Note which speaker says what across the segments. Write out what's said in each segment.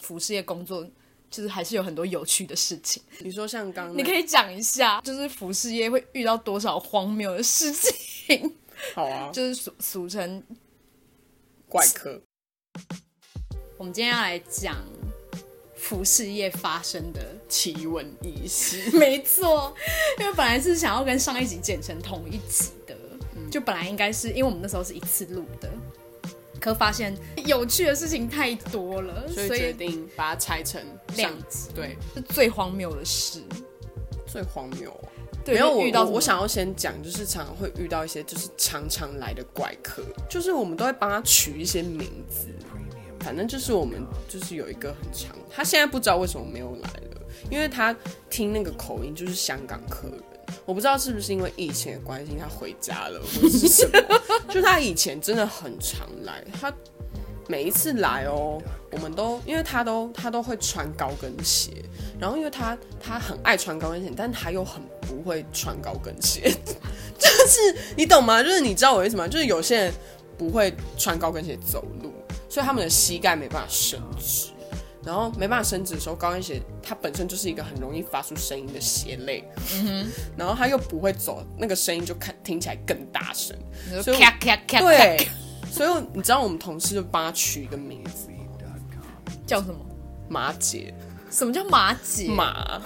Speaker 1: 服饰业工作，就是还是有很多有趣的事情。
Speaker 2: 你说像刚，
Speaker 1: 你可以讲一下，就是服饰业会遇到多少荒谬的事 情，
Speaker 2: 好啊，
Speaker 1: 就是俗俗称
Speaker 2: 怪客。
Speaker 1: 我们今天要来讲服饰业发生 的奇闻异事。没错，因为本来是想要跟上一集剪成同一集的，
Speaker 2: 嗯
Speaker 1: 就本来应该是因为我们那时候是一次录的，可发现有趣的事情太多了，
Speaker 2: 所
Speaker 1: 所
Speaker 2: 以
Speaker 1: 以
Speaker 2: 决定把它拆成
Speaker 1: 两
Speaker 2: 上
Speaker 1: 集
Speaker 2: 对，
Speaker 1: 是最荒谬的事。
Speaker 2: 最荒谬哦、
Speaker 1: 对，
Speaker 2: 没有
Speaker 1: 就
Speaker 2: 我
Speaker 1: 遇到
Speaker 2: 我
Speaker 1: 什么
Speaker 2: 我想要先讲，就是常常会遇到一些就是常常来的怪客，就是我们都会帮他取一些名字，反正就是我们就是有一个很长，他现在不知道为什么没有来了，因为他听那个口音就是香港客人。我不知道是不是因为疫情的关系，他回家了或者是什么。就他以前真的很常来，他每一次来哦，我们都因为他都他都会穿高跟鞋，然后因为他他很爱穿高跟鞋，但他又很不会穿高跟鞋， 就是你懂吗？就是你知道我的意思吗？就是有些人不会穿高跟鞋走路，所以他们的膝盖没办法伸直。然后没办法伸直的时候，高跟鞋它本身就是一个很容易发出声音的鞋类，
Speaker 1: 嗯
Speaker 2: 然后它又不会走，那个声音就看听起来更大声，
Speaker 1: 你
Speaker 2: 所
Speaker 1: 说
Speaker 2: 以我
Speaker 1: 咔咔咔，咔
Speaker 2: 对，所以你知道我们同事就帮他取一个名字，
Speaker 1: 叫什么？
Speaker 2: 马姐，
Speaker 1: 什么叫马姐？
Speaker 2: 马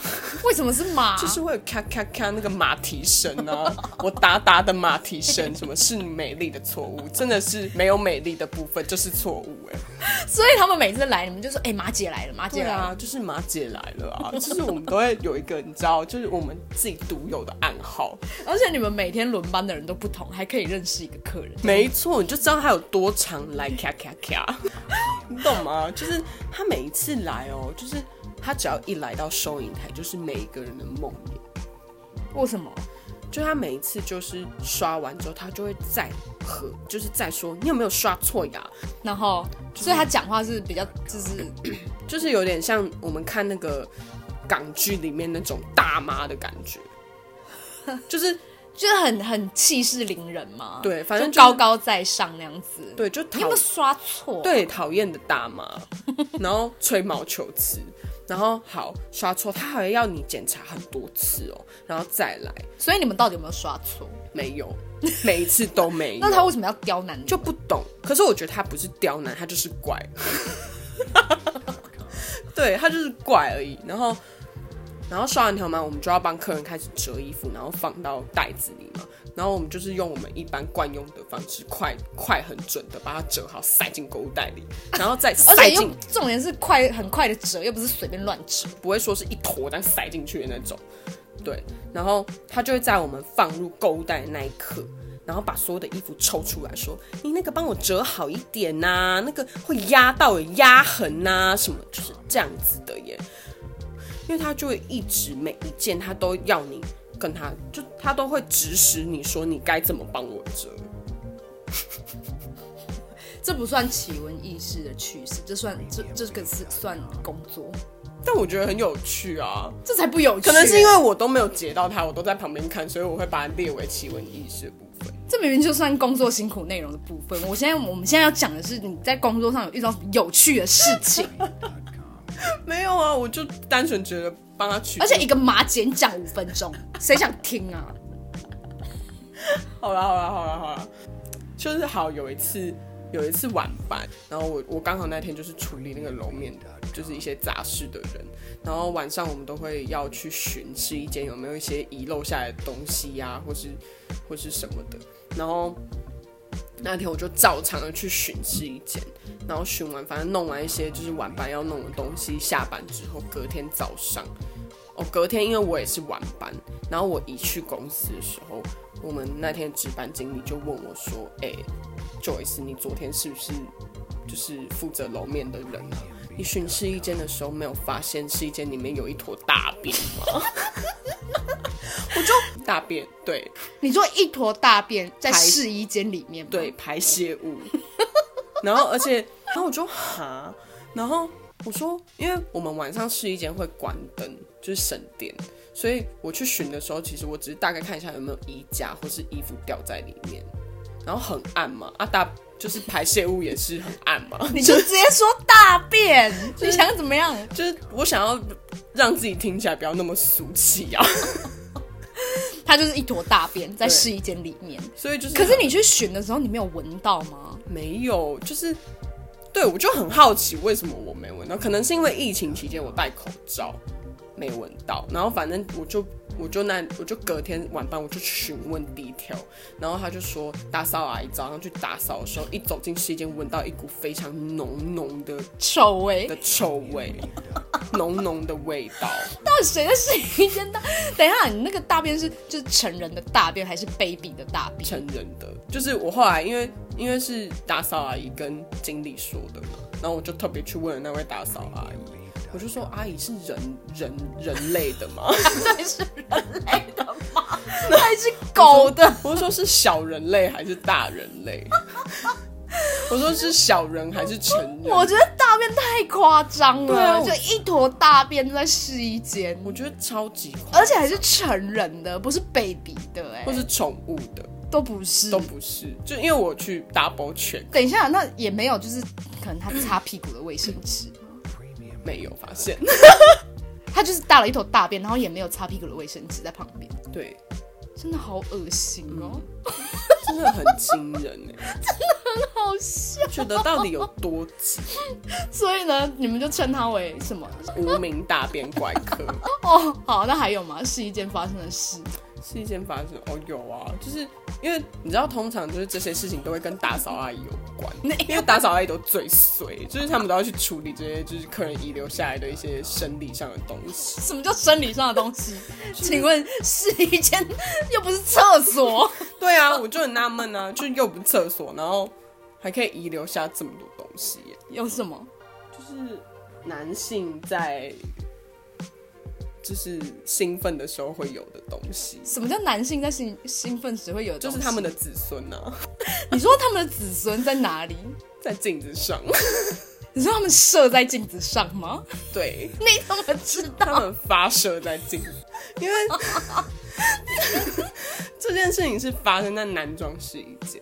Speaker 1: 为什么是马？
Speaker 2: 就是会有咔咔咔那个马蹄声啊，我达达的马蹄声，什么是美丽的错误？真的是没有美丽的部分就是错误哎。
Speaker 1: 所以他们每次来，你们就说：“哎、马姐来了，马姐
Speaker 2: 对
Speaker 1: 来了。
Speaker 2: 啊，就是马姐来了啊，就是我们都会有一个你知道，就是我们自己独有的暗号。
Speaker 1: 而且你们每天轮班的人都不同，还可以认识一个客人。
Speaker 2: 没错，你就知道他有多常来咔咔咔，你懂吗？就是他每一次来哦，就是他只要一来到收银台，就是每一个人的梦魇。
Speaker 1: 为什么？
Speaker 2: 就他每一次就是刷完之后，他就会再和，就是再说你有没有刷错牙，
Speaker 1: 然后，所以他讲话是比较就是
Speaker 2: 就是有点像我们看那个港剧里面那种大妈的感 觉，就是
Speaker 1: 就是很很气势凌人嘛。
Speaker 2: 对反正
Speaker 1: 就
Speaker 2: 就
Speaker 1: 高
Speaker 2: 是
Speaker 1: 高在上那样子。，
Speaker 2: 对，就
Speaker 1: 你有
Speaker 2: 讨
Speaker 1: 没有刷错？，
Speaker 2: 对讨厌的大妈，然后吹毛求疵，然后好刷错，他还要你检查很多次哦，然后再来
Speaker 1: 所以你们到底有没有刷错？
Speaker 2: 没有，每一次都没有，
Speaker 1: 那他为什么要刁难你？
Speaker 2: 就不懂。可是我觉得他不是刁难，他就是怪。 对他就是怪而已。然后，然后刷完条码，我们就要帮客人开始折衣服，然后放到袋子里嘛。然后我们就是用我们一般惯用的方式，快快很准的把它折好，塞进购物袋里，然后再
Speaker 1: 而
Speaker 2: 塞
Speaker 1: 且又
Speaker 2: 进，
Speaker 1: 重点是快很快的折，又不是随便乱折。
Speaker 2: 不会说是一坨这样塞进去的那种。对，然后他就会在我们放入购物袋的那一刻，然后把所有的衣服抽出来说：“你那个帮我折好一点呐、那个会压到有压痕呐、什么就是这样子的耶。”因为他就会一直每一件他都要你跟他，就他都会指使你说你该怎么帮我折。
Speaker 1: 这不算奇闻异事的趣事，这算这这个是算工作，
Speaker 2: 但我觉得很有趣啊，
Speaker 1: 这才不有趣。
Speaker 2: 可能是因
Speaker 1: 为
Speaker 2: 为我都没有截到他，我都在旁边看，所以我会把它列为奇闻异事的部分。
Speaker 1: 这明明就算工作辛苦内容的部分。我现在我们现在要讲的是你在工作上有遇到什么有趣的事 情，
Speaker 2: 没有啊，我就单纯觉得帮他取，
Speaker 1: 而且一个马姐你讲五分钟，谁想听啊？
Speaker 2: 好啦好啦好啦好啦，就是好有一次有一次晚班，然后我我刚好那天就是处理那个楼面的，就是一些杂事的人，然后晚上我们都会要去巡视一间有没有一些遗漏下来的东西呀、或是或是什么的，然后。那天我就照常的去巡视一间，然后巡完，反正弄完一些就是晚班要弄的东西，下班之后隔天早上，哦，隔天因为我也是晚班，然后我一去公司的时候，我们那天值班经理就问我说：“哎、j o y c e 你昨天是不是就是负责楼面的人啊？你巡视一间的时候没有发现试衣间里面有一坨大便吗？”我就大便，对
Speaker 1: 你说一坨大便在
Speaker 2: 排
Speaker 1: 试衣间里面吗，
Speaker 2: 对，排泄物。 然后而且，然后我就哈，然后我说，因为我们晚上试衣间会关灯，就是省电。所以我去巡的时候，其实我只是大概看一下有没有衣架或是衣服掉在里面，然后很暗嘛，啊大就是排泄物也是很暗嘛，
Speaker 1: 你就直接说大 便，你想怎么样？
Speaker 2: 就是我想要让自己听起来不要那么俗气啊，
Speaker 1: 它就是一坨大便在试衣间里面。
Speaker 2: 所以就是啊
Speaker 1: 可是你去选的时候，你没有闻到吗？
Speaker 2: 没有，就是对我就很好奇为什么我没闻到，可能是因为疫情期间我戴口罩没闻到，然后反正我就我就那我就隔天晚班我就询问 detail，然后他就说打扫阿姨早上去打扫的时候，一走进试衣间闻到一股非常浓浓的
Speaker 1: 臭味，
Speaker 2: 的臭味，浓浓的味道，
Speaker 1: 到底谁在试衣间大？等一下，你那个大便是就是成人的大便还是 baby 的大便？
Speaker 2: 成人的，就是我后来因为因为是打扫阿姨跟经理说的嘛，然后我就特别去问了那位打扫阿姨，我就说阿姨是人人人类的吗？
Speaker 1: 到底是人类的吗？还是 狗的？
Speaker 2: 我就说是小人类还是大人类？ 我说是小人还是成人？
Speaker 1: 我觉得大便太夸张
Speaker 2: 对啊
Speaker 1: 了，
Speaker 2: 我
Speaker 1: 就一坨大便在试衣间，
Speaker 2: 我觉得超级夸张，
Speaker 1: 而且还是成人的，不是 baby 的、
Speaker 2: 或
Speaker 1: 哎，
Speaker 2: 是宠物的
Speaker 1: 都不是
Speaker 2: 都。不是，就因为我去 double check
Speaker 1: 等一下，那也没有，就是可能他擦屁股的卫生纸，
Speaker 2: 没有发现，
Speaker 1: 他就是大了一坨大便，然后也没有擦屁股的卫生纸在旁边，
Speaker 2: 对，
Speaker 1: 真的好恶心哦，
Speaker 2: 真的很惊人哎、
Speaker 1: 好笑。
Speaker 2: 觉得到底有多惊
Speaker 1: 所以呢，你们就称它为什么？
Speaker 2: 无名大便怪客？
Speaker 1: 哦，好，那还有吗？是一件发生的事，
Speaker 2: 事件发生哦，有啊，就是因为你知道，通常就是这些事情都会跟打扫阿姨有关，因为打扫阿姨都最衰，就是他们都要去处理这些就是客人遗留下来的一些生理上的东 西。
Speaker 1: 什么叫生理上的东西？ 请问是一间又不是厕所，
Speaker 2: 对啊，我就很纳闷啊，就是又不是厕所，然后还可以遗留下这么多东西耶，
Speaker 1: 有什么？
Speaker 2: 就是男性在就是兴奋的时候会有的东西，
Speaker 1: 什么叫男性在兴兴奋时会有？
Speaker 2: 就是他们，的子孙啊，
Speaker 1: 你说他们的子孙在哪里？
Speaker 2: 在镜子上，
Speaker 1: 你说他们射在镜子上吗？
Speaker 2: 对。
Speaker 1: 你怎么知
Speaker 2: 他
Speaker 1: 道？
Speaker 2: 们发射在镜子，因为 这件事情是发生在男装试衣间，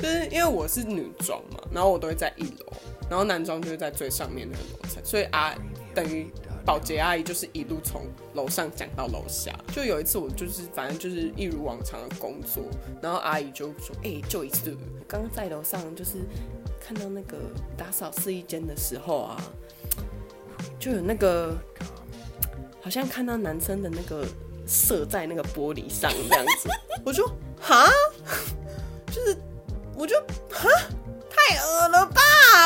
Speaker 2: 就是因为我是女装嘛，然后我都会在一楼，然后男装就是在最上面那个楼层，所以阿等于保洁阿姨就是一路从楼上讲到楼下。就有一次我就是反正就是一如往常的工作，然后阿姨就说：“哎、就一次，我刚在楼上就是看到那个打扫试衣间的时候啊，就有那个好像看到男生的那个射在那个玻璃上这样子， 我就哈， 就是我就哈，太恶了吧！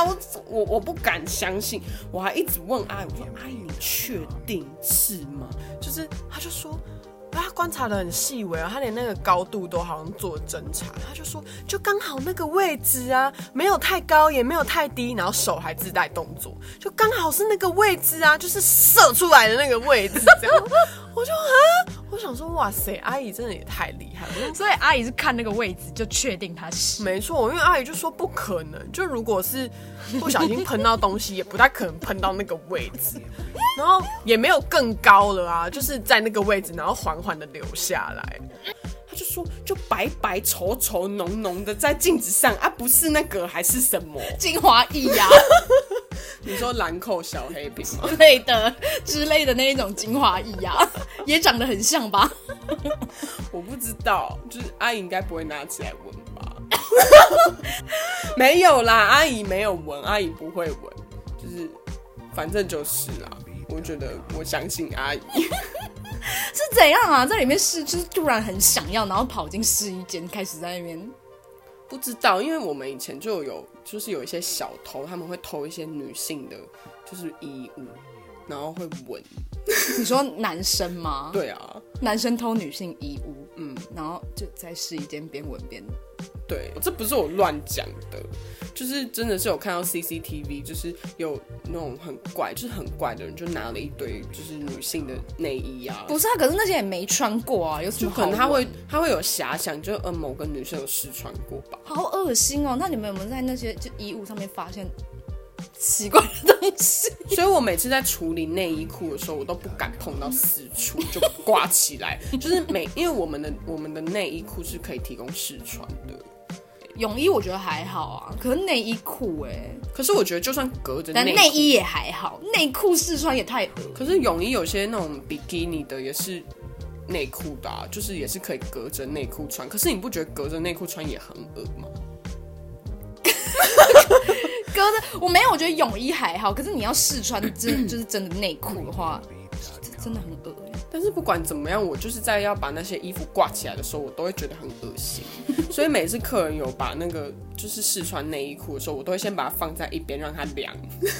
Speaker 2: 我我我不敢相信，我还一直问阿姨，我说阿姨你确定是吗？就是
Speaker 3: 他就说。他观察的很细微啊，他连那个高度都好像做侦查。他就说，就刚好那个位置啊，没有太高，也没有太低，然后手还自带动作，就刚好是那个位置啊，就是射出来的那个位置。这样，我就啊，我想说，哇塞，阿姨真的也太厉害了。我就
Speaker 1: 所以阿姨是看那个位置就确定他是。
Speaker 3: 没错，因为阿姨就说不可能，就如果是不小心喷到东西，也不太可能喷到那个位 置，然后也没有更高了啊，就是在那个位置，然后缓缓的流下来。
Speaker 2: 他就说就白白稠稠浓浓的在镜子上啊，不是那个还是什么？
Speaker 1: 精华液 呀、
Speaker 2: 你说兰蔻小黑瓶吗？
Speaker 1: 之类的之类的那一种精华液呀、也长得很像吧？
Speaker 2: 我不知道，就是阿姨应该不会拿起来闻吧？没有啦，阿姨没有闻，阿姨不会闻，就是反正就是啦。我觉得我相信阿姨，
Speaker 1: 是怎样啊？在里面是就是突然很想要，然后跑进试衣间，开始在那边
Speaker 2: 不知道，因为我们以前就有就是有一些小偷，他们会偷一些女性的，就是衣物，然后会闻。
Speaker 1: 你说男生吗？，
Speaker 2: 对啊，
Speaker 1: 男生偷女性衣物，
Speaker 2: 嗯，
Speaker 1: 然后就在试衣间边闻边。
Speaker 2: 对，这不是我乱讲的，就是真的是有看到 CCTV，就是有那种很怪，就是很怪的人，就拿了一堆就是女性的内衣啊，
Speaker 1: 不是啊，可是那些也没穿过啊，有什
Speaker 2: 就
Speaker 1: 么
Speaker 2: 可
Speaker 1: 好闻？
Speaker 2: 能他会他会有遐想，就呃某个女生有试穿过吧。
Speaker 1: 好恶心哦。那你们有没有在那些就衣物上面发现奇怪 的东西？
Speaker 2: 所以我每次在处理内衣裤的时候，我都不敢碰到私处，就挂 起来。就是每因为我们的我们的内衣裤是可以提供试穿的，
Speaker 1: 泳衣我觉得还好啊，可是内衣裤哎、
Speaker 2: 可是我觉得就算隔着
Speaker 1: 但
Speaker 2: 内
Speaker 1: 内
Speaker 2: 裤
Speaker 1: 衣也还好，内裤试穿也太恶
Speaker 2: 可是泳衣有些那种比基尼的也是内裤的、啊，就是也是可以隔着内裤穿。可是你不觉得隔着内裤穿也很恶吗？
Speaker 1: 哥的，我没有，我觉得泳衣还好，可是你要试穿真就是真的内裤的话，这真的很恶欸
Speaker 2: 但是不管怎么样，我就是在要把那些衣服挂起来的时候，我都会觉得很恶心。 所以每次客人有把那个就是试穿内衣裤的时候，我都会先把它放在一边让它凉，
Speaker 1: 什么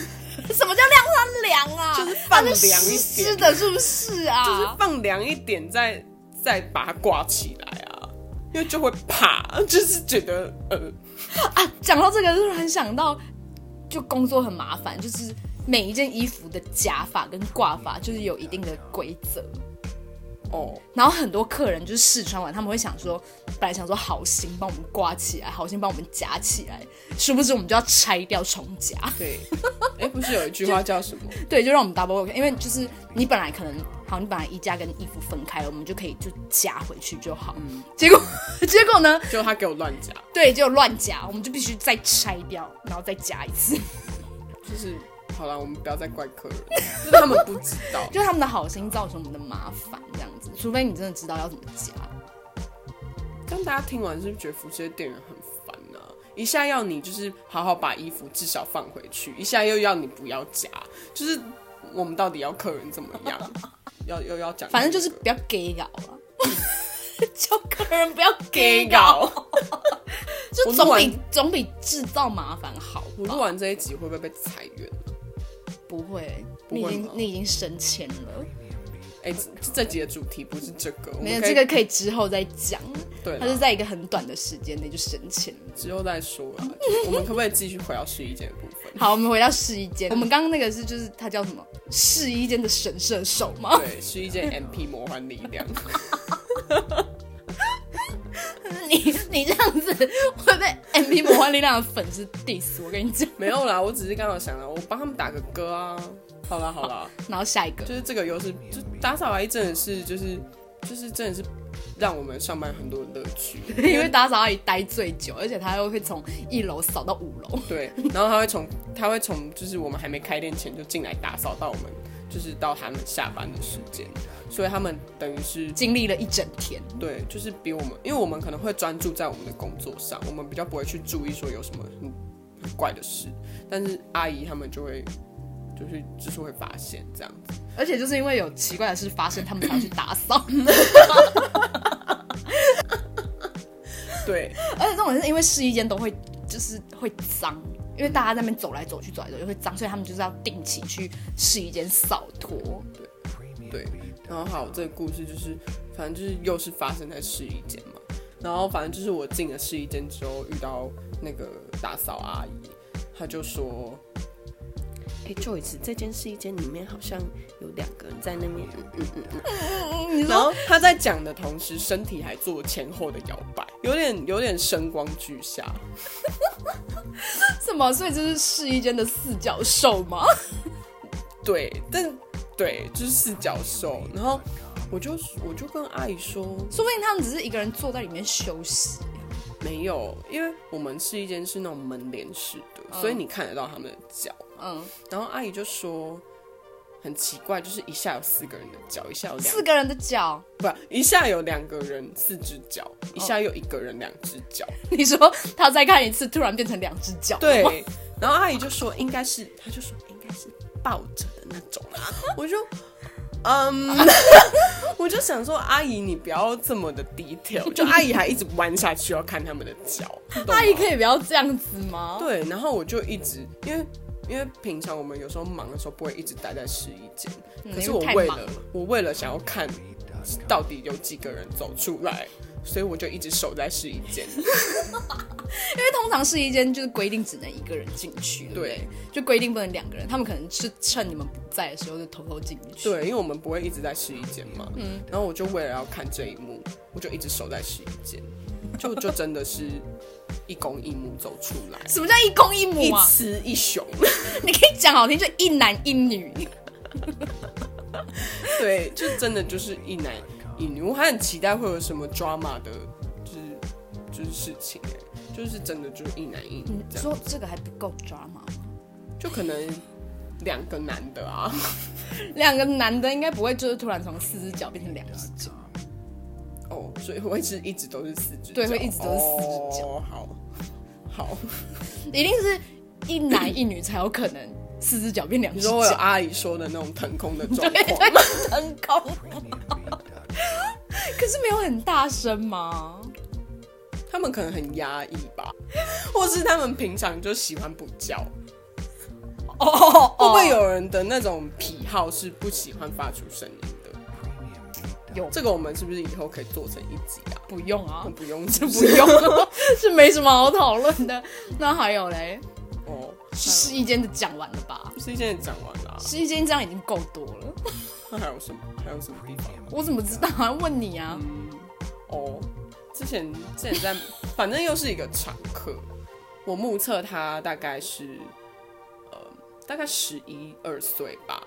Speaker 1: 叫晾它凉啊？
Speaker 2: 就是放
Speaker 1: 它
Speaker 2: 凉一
Speaker 1: 是湿湿
Speaker 2: 点
Speaker 1: 的，是不是啊？
Speaker 2: 就是放凉一点再再把它挂起来啊，因为就会怕，就是觉得呃，
Speaker 1: 啊， 讲到这个，突然想到，就工作很麻烦，就是每一件衣服的夹法跟挂法就是有一定的规则。
Speaker 2: 哦，
Speaker 1: 然后很多客人就是试穿完，他们会想说，本来想说好心帮我们挂起来，好心帮我们夹起来，殊不知我们就要拆掉重夹。
Speaker 2: 对，哎、不是有一句话叫什么？
Speaker 1: 对，就让我们 double work，因为就是你本来可能好，你本来衣架跟衣服分开了，我们就可以就夹回去就好。结果 结果呢，
Speaker 2: 就他给我乱夹，
Speaker 1: 对，就乱夹，我们就必须再拆掉，然后再夹一次。
Speaker 2: 就是好了，我们不要再怪客人，就是他们不知道。
Speaker 1: 就他们的好心造成我们的麻烦，这样子。除非你真的知道要怎么夹，
Speaker 2: 这样大家听完是不是觉得服饰店员很烦呢、啊？一下要你就是好好把衣服至少放回去，一下又要你不要夹，就是我们到底要客人怎么样？要又要讲这个，
Speaker 1: 反正就是不要给搞 了。叫客人不要给
Speaker 2: 给
Speaker 1: 搞，
Speaker 2: 搞。
Speaker 1: 就
Speaker 2: 我录
Speaker 1: 总
Speaker 2: 完
Speaker 1: 比总比制造麻烦好
Speaker 2: 我录
Speaker 1: 吧？
Speaker 2: 完这一集会不会被裁员？
Speaker 1: 不会，
Speaker 2: 不
Speaker 1: 你已
Speaker 2: 会
Speaker 1: 经
Speaker 2: 吗
Speaker 1: 你已经升迁了，
Speaker 2: 哎、这这集的主题不是这个，我们
Speaker 1: 没有
Speaker 2: 可以
Speaker 1: 这个可以啊之后再讲。
Speaker 2: 对
Speaker 1: 他就
Speaker 2: 了，
Speaker 1: 在一个很短的时间内就升迁了。
Speaker 2: 之后再说啦。就是我们可不可以继续回到试衣间的部分？
Speaker 1: 好，我们回到试衣间，我们刚刚那个是就是他叫什么试衣间的神射手吗？
Speaker 2: 对，试衣间 MP 魔幻力量。
Speaker 1: 你你这样子会被 M P 魔幻力量的粉丝 diss，我跟你讲。
Speaker 2: 没有啦，我只是刚好想到，我帮他们打个歌啊。好啦好啦，
Speaker 1: 然后下一 个
Speaker 2: 就是这个优势，就打扫阿姨真的是就是就是真的是让我们上班很多乐趣，
Speaker 1: 因为打扫阿姨待最久，而且她又会从一楼扫到五楼。
Speaker 2: 对，然后他会从他会从就是我们还没开店前就进来打扫到我们就是到他们下班的时间，所以他们等于是
Speaker 1: 经历了一整天，
Speaker 2: 对，就是比我们，因为我们可能会专注在我们的工作上，我们比较不会去注意说有什么很很怪的事，但是阿姨他们就会就是就是会发现这样子。
Speaker 1: 而且就是因为有奇怪的事发生，他们才要去打扫。
Speaker 2: 对，
Speaker 1: 而且这种是因为试衣间都会就是会脏，因为大家在那边走来走去走来走去会脏，所以他们就是要定期去试衣间扫拖。
Speaker 2: 对，然后好，这个故事就是，反正就是又是发生在试衣间嘛。然后反正就是我进了试衣间之后，遇到那个打扫阿姨，她就说
Speaker 4: 哎、欸、，Joyce，这间试衣间里面好像有两个人在那边，嗯嗯嗯嗯，
Speaker 2: 然后他在讲的同时，身体还做前后的摇摆，有点有点声光俱下。
Speaker 1: 什么？所以这是试衣间的四脚兽 吗？
Speaker 2: 对，但对，就是四脚兽。然后我就我就跟阿姨说，
Speaker 1: 说不定他们只是一个人坐在里面休息。
Speaker 2: 没有，因为我们试衣间是那种门帘式的，
Speaker 1: 嗯
Speaker 2: 所以你看得到他们的脚。
Speaker 1: 嗯，
Speaker 2: 然后阿姨就说。很奇怪，就是一下有四个人的脚，一下有两
Speaker 1: 四个人的脚，
Speaker 2: 不，一下有两个人四只脚，一下又一个人两只 脚。
Speaker 1: 你说他再看一次，突然变成两只脚，
Speaker 2: 对，然后阿姨就说应该是，她就说应该是抱着的那 种。我就，嗯，我就想说阿姨你不要这么的 detail，就阿姨还一直弯下去要看他们的脚。 你懂吗
Speaker 1: 阿姨可以不要这样子吗？
Speaker 2: 对，然后我就一直因为。因为平常我们有时候忙的时候不会一直待在试衣间，可是
Speaker 1: 嗯因为
Speaker 2: 我
Speaker 1: 太
Speaker 2: 为
Speaker 1: 忙
Speaker 2: 了我为了想要看到底有几个人走出来，所以我就一直守在试衣 间。
Speaker 1: 因为通常试衣间就是规定只能一个人进去，对不对
Speaker 2: 对，
Speaker 1: 就规定不能两个人，他们可能是趁你们不在的时候就偷偷进去。，
Speaker 2: 对，因为我们不会一直在试衣间嘛。嗯。然后我就为了要看这一幕，我就一直守在试衣间，就就真的是一公一母走出来，
Speaker 1: 什么叫一公一
Speaker 2: 一
Speaker 1: 母啊？
Speaker 2: 雌一雄。
Speaker 1: 你可以讲好听，就一男一女。
Speaker 2: 对，就真的就是一男一女。我还很期待会有什么 drama 的，就是就是事情哎、就是真的就是一男一
Speaker 1: 你
Speaker 2: 女这样，
Speaker 1: 说这个还不够抓吗？
Speaker 2: 就可能两个男的啊，
Speaker 1: 两个男的应该不会就是突然从四只脚变成两只脚，
Speaker 2: 哦，所以会是一直都是四只脚，
Speaker 1: 对会一直都是四只脚
Speaker 2: 哦，好， 好，
Speaker 1: 一定是一男一女才有可能四只脚变两
Speaker 2: 你
Speaker 1: 只
Speaker 2: 说我有
Speaker 1: 脚，
Speaker 2: 阿姨说的那种腾空的状况，
Speaker 1: 很恐怖。 可是没有很大声吗？
Speaker 2: 他们可能很压抑吧，或是他们平常就喜欢补觉。哦，会不会有人的那种癖好是不喜欢发出声音的？
Speaker 1: 有
Speaker 2: 这个我们是不是以后可以做成一集啊？
Speaker 1: 不用啊
Speaker 2: 那，不用，这
Speaker 1: 不用， 是没什么好讨论的。那还有嘞，
Speaker 2: 哦。
Speaker 1: 是试衣间的讲完了吧？
Speaker 2: 不是现在讲完了、啊，
Speaker 1: 试衣间这样已经够多了，
Speaker 2: 那还有什么？还有什么地方？
Speaker 1: 我怎么知道啊？问你啊，
Speaker 2: 嗯哦，之前之前在，反正又是一个常客，我目测他大概是，呃，大概十一二岁吧，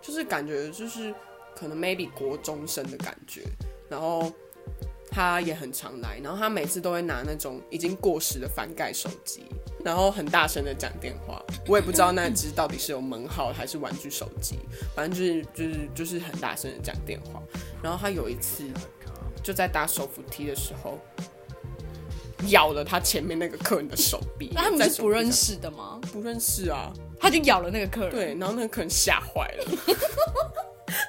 Speaker 2: 就是感觉就是可能 maybe 国中生的感觉，然后。他也很常来，然后他每次都会拿那种已经过时的翻盖手机，然后很大声的讲电话。我也不知道那只到底是有门号还是玩具手机，反正就是就是就是很大声的讲电话。然后他有一次就在搭手扶梯的时候，咬了他前面那个客人的手臂。
Speaker 1: 那他们
Speaker 2: 在
Speaker 1: 是
Speaker 2: 手
Speaker 1: 不
Speaker 2: 臂上
Speaker 1: 认，识的吗？
Speaker 2: 不认识啊。
Speaker 1: 他就咬了那个客人。
Speaker 2: 对，然后那个客人吓坏了。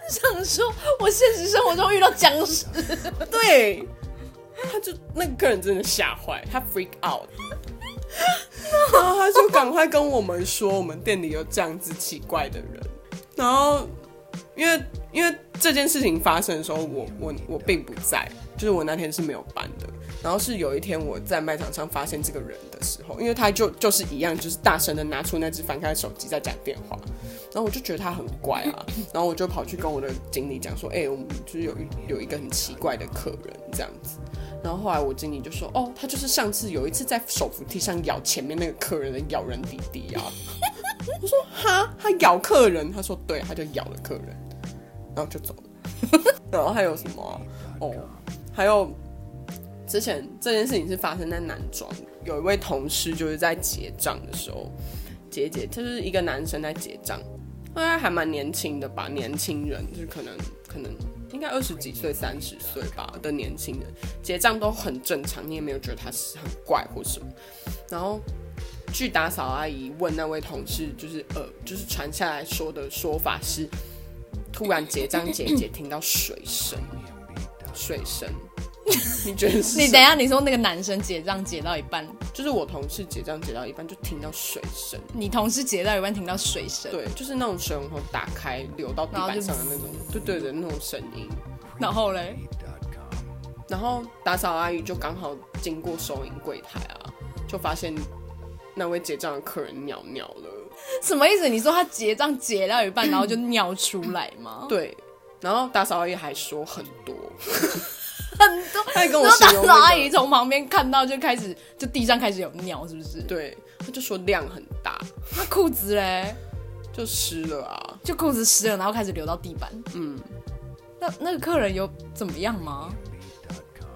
Speaker 1: 想说，我现实生活中遇到僵尸，
Speaker 2: 对，他就那个客人真的吓坏，他 freak out，然后他就赶快跟我们说，我们店里有这样子奇怪的人。然后，因为因为这件事情发生的时候，我我我并不在，就是我那天是没有班的。然后是有一天我在卖场上发现这个人的时候，因为他就就是一样，就是大声的拿出那只翻开手机在讲电话，然后我就觉得他很怪啊，然后我就跑去跟我的经理讲说，哎、我们就是有一有一个很奇怪的客人这样子。然后后来我经理就说，哦，他就是上次有一次在手扶梯上咬前面那个客人的咬人弟弟啊。我说哈，他咬客人，他说对，他就咬了客人，然后就走了。 然后还有什么啊、哦，还有之前这件事情是发生在男装，有一位同事就是在结账的时候，结结，就是一个男生在结账，应该还蛮年轻的吧，年轻人就是可能可能应该二十几岁、三十岁吧的年轻人，结账都很正常，你也没有觉得他是很怪或什么。然后据打扫阿姨问那位同事，就是呃，就是传下来说的说法是，突然结账结一结听到水声，水声， 你觉得是什么？
Speaker 1: 你等一下，你说那个男生结账结到一半，
Speaker 2: 就是我同事结账结到一半就听到水声，
Speaker 1: 你同事结到一半听到水声，
Speaker 2: 对，就是那种水龙头打开流到地板上的那种，对对的那种声音。
Speaker 1: 然后嘞，
Speaker 2: 然后打扫阿姨就刚好经过收银柜台啊，就发现那位结账的客人尿尿了。
Speaker 1: 什么意思？你说他结账结到一半，然后就尿出来吗？
Speaker 2: 嗯对，然后打扫阿姨还说很多，
Speaker 1: 很多。
Speaker 2: 她还跟我
Speaker 1: 然后
Speaker 2: 形
Speaker 1: 打
Speaker 2: 容、那个、
Speaker 1: 扫阿姨从旁边看到，就开始就地上开始有尿，是不是？，
Speaker 2: 对，她就说量很大，
Speaker 1: 那裤子嘞，
Speaker 2: 就湿了啊。
Speaker 1: 就裤子湿了，然后开始流到地板。嗯，那那个客人有怎么样吗？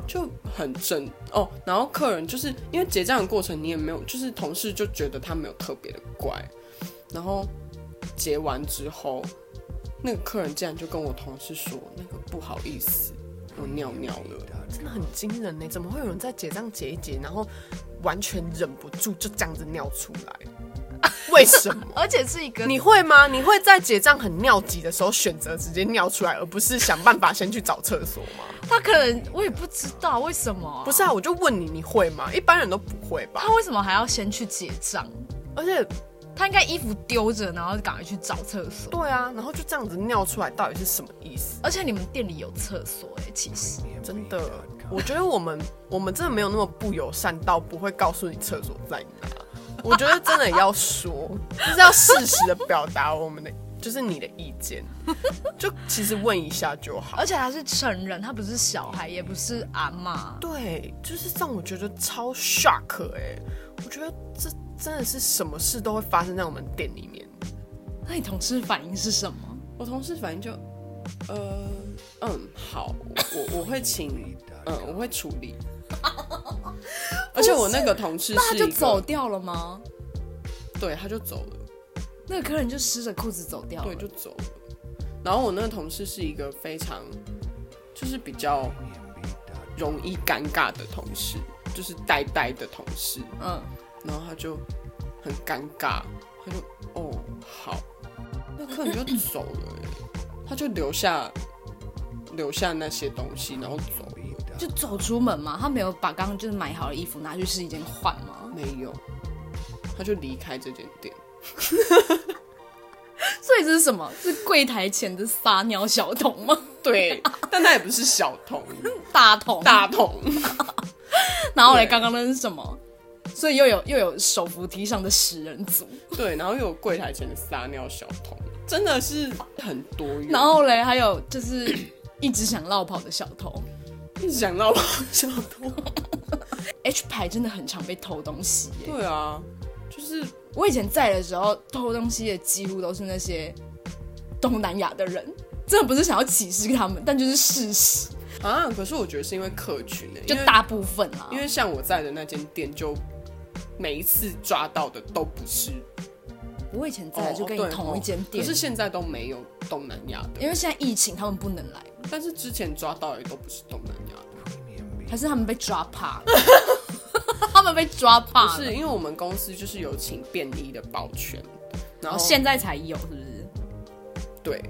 Speaker 2: 就很正哦。然后客人就是因为结账的过程，你也没有，就是同事就觉得他没有特别的怪。然后结完之后，那个客人竟然就跟我同事说：“那个不好意思，我尿尿了。
Speaker 3: 真的很惊人呢、欸怎么会有人在结账结一结，然后完全忍不住就这样子尿出来？为什么？
Speaker 1: 而且是一个
Speaker 3: 你会吗？你会在结账很尿急的时候选择直接尿出来，而不是想办法先去找厕所吗？
Speaker 1: 他可能我也不知道为什么啊、
Speaker 3: 不是啊，我就问你，你会吗？一般人都不会吧
Speaker 1: 他？为什么还要先去结账？
Speaker 3: 哦而且，
Speaker 1: 他应该衣服丢着，然后赶快去找厕所。
Speaker 3: 对啊，然后就这样子尿出来，到底是什么意思？
Speaker 1: 而且你们店里有厕所哎、其实
Speaker 3: 真的，我觉得我们我们真的没有那么不友善到不会告诉你厕所在哪。我觉得真的要说，就是要适时的表达我们的，就是你的意见，就其实问一下就好
Speaker 1: 而。且他是成人，他不是小孩，也不是阿嬷。
Speaker 3: 对，就是让我觉得超 shock 哎、我觉得这真的是什么事都会发生在我们店里面。
Speaker 1: 那你同事反应是什么？”
Speaker 2: 我同事反正就，呃，嗯，好，我我会请，嗯，我会处理。而且我那个同事
Speaker 1: 那
Speaker 2: 是
Speaker 1: 他
Speaker 2: 一
Speaker 1: 就
Speaker 2: 个，
Speaker 1: 走掉了吗？
Speaker 2: 对，他就走了，
Speaker 1: 那个客人就湿着裤子走掉了。
Speaker 2: 对，就走了。然后我那个同事是一个非常，就是比较容易尴尬的同事，就是呆呆的同事。
Speaker 1: 嗯，
Speaker 2: 然后他就很尴尬，他就哦好，那客人就走了欸，他就留下留下那些东西，然后走了，
Speaker 1: 就走出门嘛，他没有把刚刚就是买好的衣服拿去试衣间换吗？
Speaker 2: 没有，他就离开这间店。
Speaker 1: 所以这是什么？是柜台前的撒尿小童吗？
Speaker 2: 对，但他也不是小童，
Speaker 1: 大童，
Speaker 2: 大童，
Speaker 1: 然后嘞，
Speaker 2: 对
Speaker 1: 刚刚那是什么？所以又有又有手扶梯上的食人族，
Speaker 2: 对，然后又有柜台前的撒尿小童，真的是很多元。
Speaker 1: 然后嘞，还有就是 一直想绕跑的小偷。
Speaker 2: 一直想到小童，
Speaker 1: H 牌真的很常被偷东西耶。
Speaker 2: 对啊，就是
Speaker 1: 我以前在的时候，偷东西的几乎都是那些东南亚的人，真的不是想要歧视他们，但就是事实，
Speaker 2: 啊，可是我觉得是因为客群呢、
Speaker 1: 就
Speaker 2: 因为
Speaker 1: 大部分啊啦。
Speaker 2: 因为像我在的那间店，就每一次抓到的都不是
Speaker 1: 我以前在的就跟你
Speaker 2: 哦对
Speaker 1: 同一间店，
Speaker 2: 可是现在都没有东南亚的，
Speaker 1: 因为现在疫情他们不能来，
Speaker 2: 但是之前抓到的都不是东南亚的，
Speaker 1: 还是他们被抓怕了， 他们被抓怕
Speaker 2: 不
Speaker 1: 了，
Speaker 2: 是因为我们公司就是有请便衣的保全，然
Speaker 1: 然
Speaker 2: 后
Speaker 1: 后哦现在才有，是不是？
Speaker 2: 对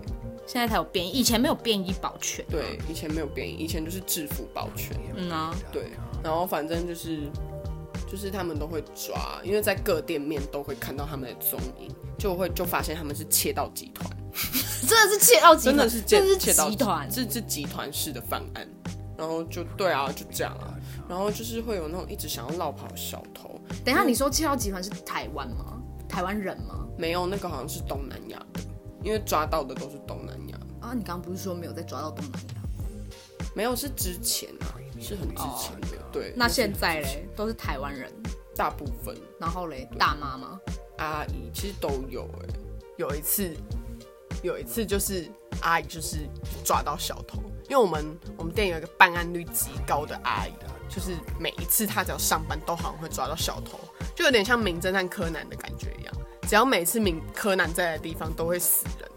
Speaker 1: 现在才有便衣，以前没有便衣保全。
Speaker 2: 对，以前没有便衣，以前就是制服保全，
Speaker 1: 嗯啊，
Speaker 2: 对，然后反正就是。就是他们都会抓，因为在各店面都会看到他们的踪影，就会就发现他们是窃盗集团，
Speaker 1: 真的是窃盗集
Speaker 2: 真
Speaker 1: 团，
Speaker 2: 的是
Speaker 1: 真
Speaker 2: 窃
Speaker 1: 的是
Speaker 2: 窃盗
Speaker 1: 集团，
Speaker 2: 这这集团式的犯案，然后就对啊，就这样啊，然后就是会有那种一直想要绕跑的小偷，
Speaker 1: 等一下，你说七号集团是台湾吗？台湾人吗？
Speaker 2: 没有那个好像是东南亚的，因为抓到的都是东南亚，
Speaker 1: 啊，你刚刚不是说没有再抓到东南亚？
Speaker 2: 没有是之前啊，是很之前的，对，
Speaker 1: 哦那现在嘞，都是台湾人，
Speaker 2: 大部分
Speaker 1: 然后嘞，大妈吗？
Speaker 2: 阿姨其实都有哎、
Speaker 3: 有一次，有一次就是阿姨就是抓到小偷，因为我们我们店有一个办案率极高的阿姨，啊就是每一次她只要上班都好像会抓到小偷，就有点像名侦探柯南的感觉一样，只要每次名柯南在的地方都会死人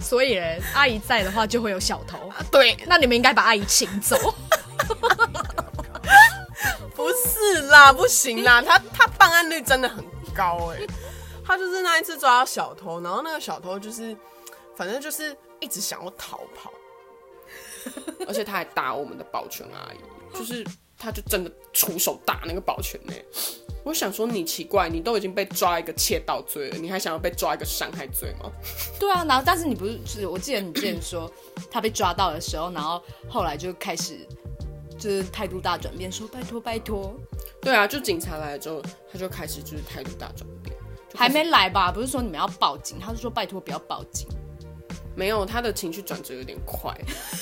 Speaker 1: 所以嘞，阿姨在的话就会有小偷。
Speaker 3: 啊，对，
Speaker 1: 那你们应该把阿姨请走。
Speaker 3: 不是啦，不行啦，他他办案率真的很高
Speaker 2: 欸
Speaker 3: 哎、他就是那一次抓到小偷，然后那个小偷就是，反正就是一直想要逃跑，
Speaker 2: 而且他还打我们的保全阿姨，就是他就真的出手打那个保全呢、我想说你奇怪，你都已经被抓一个窃盗罪了，你还想要被抓一个伤害罪吗？
Speaker 1: 对啊，然后但是你不是，是我记得你之前说他被抓到的时候，然后后来就开始就是态度大转变，说拜托拜托，
Speaker 2: 对啊，就警察来了之后，他就开始就是态度大转变，就
Speaker 1: 还
Speaker 2: 开始
Speaker 1: 没来吧？不是说你们要报警，他是说拜托不要报警。
Speaker 2: 没有他的情绪转折有点快，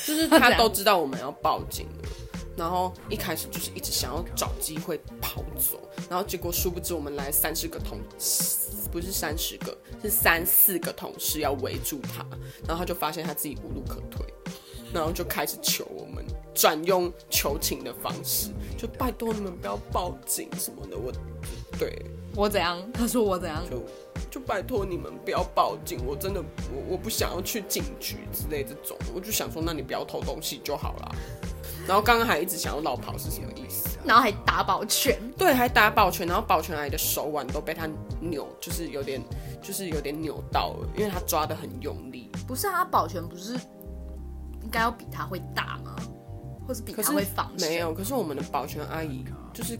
Speaker 2: 就是他都知道我们要报警了，然后一开始就是一直想要找机会跑走，然后结果殊不知我们来三十个同，不是三十个，是三四个同事要围住他，然后他就发现他自己无路可退。然后就开始求我们转用求情的方式，就拜托你们不要报警什么的。我，对，
Speaker 1: 我怎样？他说我怎样？
Speaker 2: 就就拜托你们不要报警，我真的我我不想要去警局之类这种，我就想说，那你不要偷东西就好啦。然后刚刚还一直想要绕跑是什么意思？
Speaker 1: 然后还打保全，
Speaker 2: 对，还打保全，然后保全来的手腕都被他扭，就是有点就是有点扭到了，因为他抓的很用力。
Speaker 1: 不是啊？保全不是应该要比他会大吗？或是比
Speaker 2: 可
Speaker 1: 他
Speaker 2: 是
Speaker 1: 会防身？
Speaker 2: 没有，可是我们的保全阿姨就是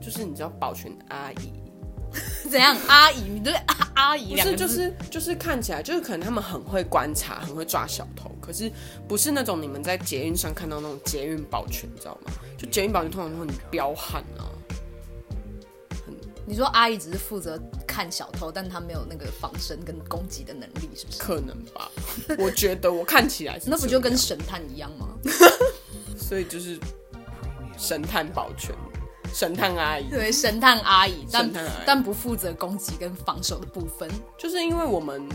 Speaker 2: 就是你知道保全阿姨，
Speaker 1: 怎样？阿姨，你对啊阿姨
Speaker 2: 不
Speaker 1: 两
Speaker 2: 是，
Speaker 1: 个
Speaker 2: 就
Speaker 1: 字
Speaker 2: 是就是看起来就是可能他们很会观察，很会抓小偷，可是不是那种你们在捷运上看到那种捷运保全，你知道吗？就捷运保全通常都很彪悍啊，
Speaker 1: 你说阿姨只是负责看小偷，但她没有那个防身跟攻击的能力，是不是？
Speaker 2: 可能 吧？我觉得我看起来是
Speaker 1: 那不
Speaker 2: 这
Speaker 1: 就
Speaker 2: 样
Speaker 1: 跟神探一样吗？
Speaker 2: 所以就是神探保全，神探阿姨，
Speaker 1: 对，神探阿姨，但
Speaker 2: 神探阿姨
Speaker 1: 但不负责攻击跟防守的部分。
Speaker 2: 就是因为我们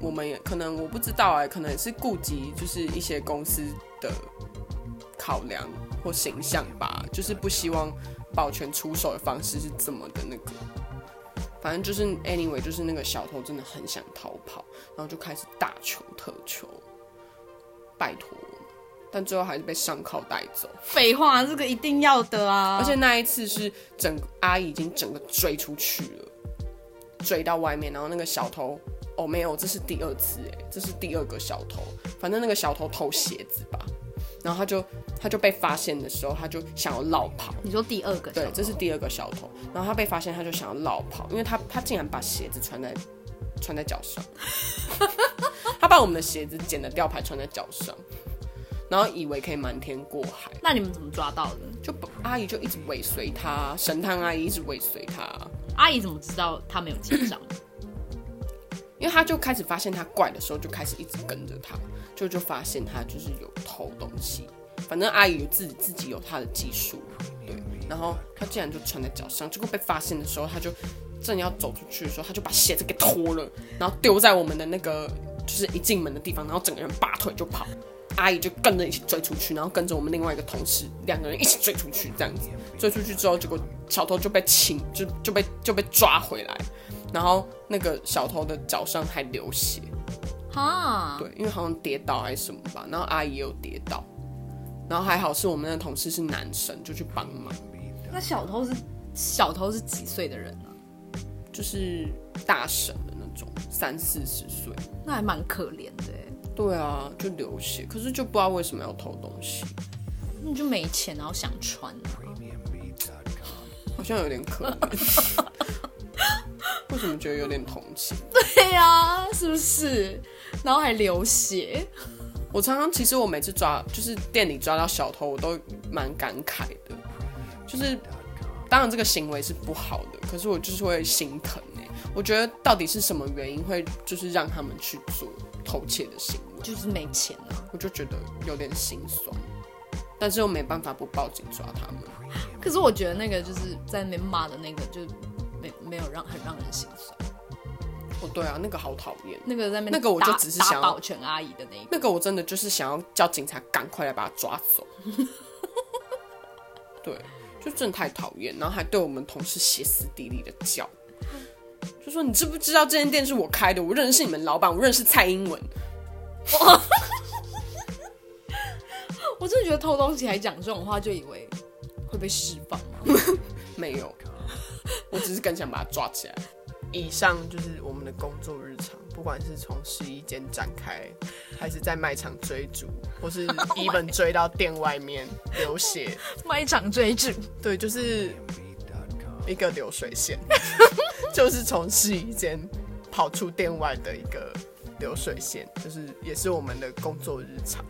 Speaker 2: 我们也可能我不知道哎、可能也是顾及就是一些公司的考量或形象吧，就是不希望保全出手的方式是怎么的那个。反正就是 anyway，就是那个小偷真的很想逃跑，然后就开始大求特求，拜托，但最后还是被上铐带走。
Speaker 1: 废话，这个一定要的啊！
Speaker 2: 而且那一次是整个阿姨已经整个追出去了，追到外面，然后那个小偷哦没有，这是第二次哎，这是第二个小偷，反正那个小偷偷鞋子吧，然后他就他就被发现的时候，他就想要绕跑。
Speaker 1: 你说第二个，
Speaker 2: 对，这是第二个小偷。然后他被发现，他就想要绕跑，因为他他竟然把鞋子穿在穿在脚上， 他把我们的鞋子剪了吊牌穿在脚上，然后以为可以瞒天过海，
Speaker 1: 那你们怎么抓到的？
Speaker 2: 就不阿姨就一直尾随他，神探阿姨一直尾随他，
Speaker 1: 阿姨怎么知道他没有结账？
Speaker 2: 因为他就开始发现他怪的时候，就开始一直跟着他，就就发现他就是有偷东西。反正阿姨有自己自己有她的技术，对。然后她竟然就穿在脚上，结果被发现的时候，她就正要走出去的时候，她就把鞋子给脱了，然后丢在我们的那个就是一进门的地方，然后整个人拔腿就跑。阿姨就跟着一起追出去，然后跟着我们另外一个同事，两个人一起追出去，这样子追出去之后，结果小偷就被擒，就就被就被抓回来，然后那个小偷的脚上还流血，
Speaker 1: 哈，
Speaker 2: 对，因为好像跌倒还是什么吧，然后阿姨也有跌倒，然后还好是我们的同事是男生，就去帮忙，
Speaker 1: 那小偷是啊小偷是几岁的人呢、啊
Speaker 2: 就是大神的那种，三四十岁，
Speaker 1: 那还蛮可怜的欸，
Speaker 2: 对啊，就流血，可是就不知道为什么要偷东西，
Speaker 1: 那你就没钱，然后想穿啊、
Speaker 2: 好像有点可怜，为什么觉得有点同情？
Speaker 1: 对呀、是不是？然后还流血，
Speaker 2: 我常常其实我每次抓就是店里抓到小偷，我都蛮感慨的，就是当然这个行为是不好的，可是我就是会心疼哎、我觉得到底是什么原因会就是让他们去做偷窃的行为，
Speaker 1: 就是没钱啊。
Speaker 2: 我就觉得有点心酸，但是又没办法不报警抓他们。
Speaker 1: 可是我觉得那个就是在那边骂的那个，就是没没有让很让人心酸。
Speaker 2: 哦，对啊，那个好讨厌，
Speaker 1: 那个在那边
Speaker 2: 那个我就
Speaker 1: 打
Speaker 2: 只是
Speaker 1: 打
Speaker 2: 想要
Speaker 1: 保全阿姨的那一个，
Speaker 2: 那个我真的就是想要叫警察赶快来把他抓走。对，就真的太讨厌，然后还对我们同事歇斯底里的叫，就说你知不知道这间店是我开的，我认识你们老板，我认识蔡英文，
Speaker 1: 我真的觉得偷东西还讲这种话，就以为会被释放吗？
Speaker 2: 没有，我只是更想把他抓起来。
Speaker 3: 以上就是我们的工作日常，不管是从试衣间展开，还是在卖场追逐，或 是一本追到店外面流血，
Speaker 1: 卖场追剧，
Speaker 3: 对，就是一个流水 线，就是从试衣间跑出店外的一个流水线，就是也是我们的工作日常。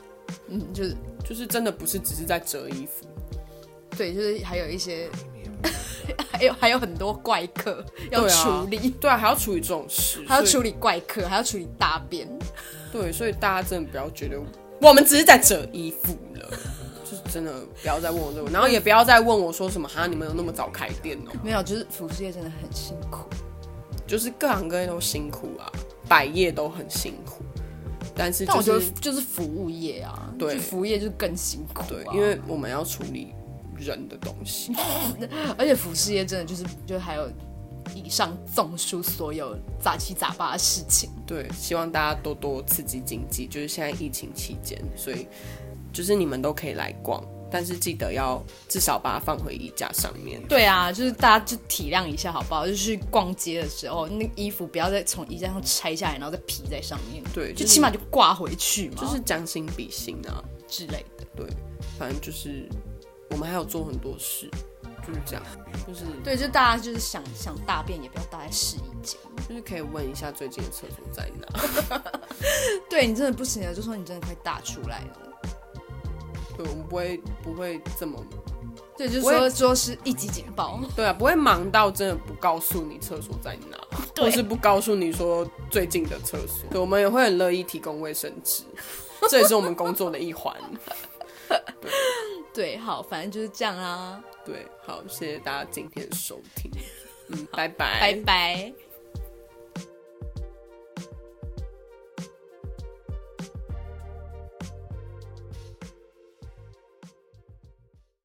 Speaker 1: 嗯，就是
Speaker 2: 就是真的不是只是在折衣服，
Speaker 1: 对，就是还有一些， 还有还有很多怪客要
Speaker 2: 对啊
Speaker 1: 处理，
Speaker 2: 对啊，还要处理这种事，
Speaker 1: 还要
Speaker 2: 所
Speaker 1: 处
Speaker 2: 以
Speaker 1: 理怪客，还要处理大便。
Speaker 2: 对，所以大家真的不要觉得我们只是在折衣服了， 就是真的不要再问我这个，然后也不要再问我说什么哈，你们有那么早开店哦、
Speaker 1: 没有，就是服饰业真的很辛苦。
Speaker 2: 就是各行各业都辛苦啊，百业都很辛苦，但是
Speaker 1: 但
Speaker 2: 就
Speaker 1: 我
Speaker 2: 是
Speaker 1: 觉得就是服务业啊，
Speaker 2: 对
Speaker 1: 就服务业就是更辛苦、啊，
Speaker 2: 对，因为我们要处理人的东西，
Speaker 1: 而且服饰业真的就是就还有以上综述所有杂七杂八的事情，
Speaker 2: 对，希望大家多多刺激经济，就是现在疫情期间，所以就是你们都可以来逛，但是记得要至少把它放回衣架上面。
Speaker 1: 对啊，就是大家就体谅一下好不好？就是逛街的时候，那个衣服不要再从衣架上拆下来，然后再披在上面，
Speaker 2: 对
Speaker 1: 就
Speaker 2: 就是
Speaker 1: 起码就挂回去嘛，
Speaker 2: 就是将心比心啊，
Speaker 1: 之类的。
Speaker 2: 对，反正就是我们还有做很多事，就是这样，就是
Speaker 1: 对，就大家就是想想大便也不要大在试衣间。
Speaker 2: 就是可以问一下最近的厕所在哪。
Speaker 1: 对你真的不行啊了，就说你真的快大出来了。
Speaker 2: 对，我们不会不会这么
Speaker 1: 对，就是
Speaker 2: 我也
Speaker 1: 说说是一级警报。
Speaker 2: 对啊，不会忙到真的不告诉你厕所在 哪，或是不告诉你说最近的厕所。对，我们也会很乐意提供卫生纸， 这也是我们工作的一环。
Speaker 1: 对，好，反正就是这样啦，哎
Speaker 2: 对，好，谢谢大家今天的收听，嗯，拜
Speaker 1: 拜拜。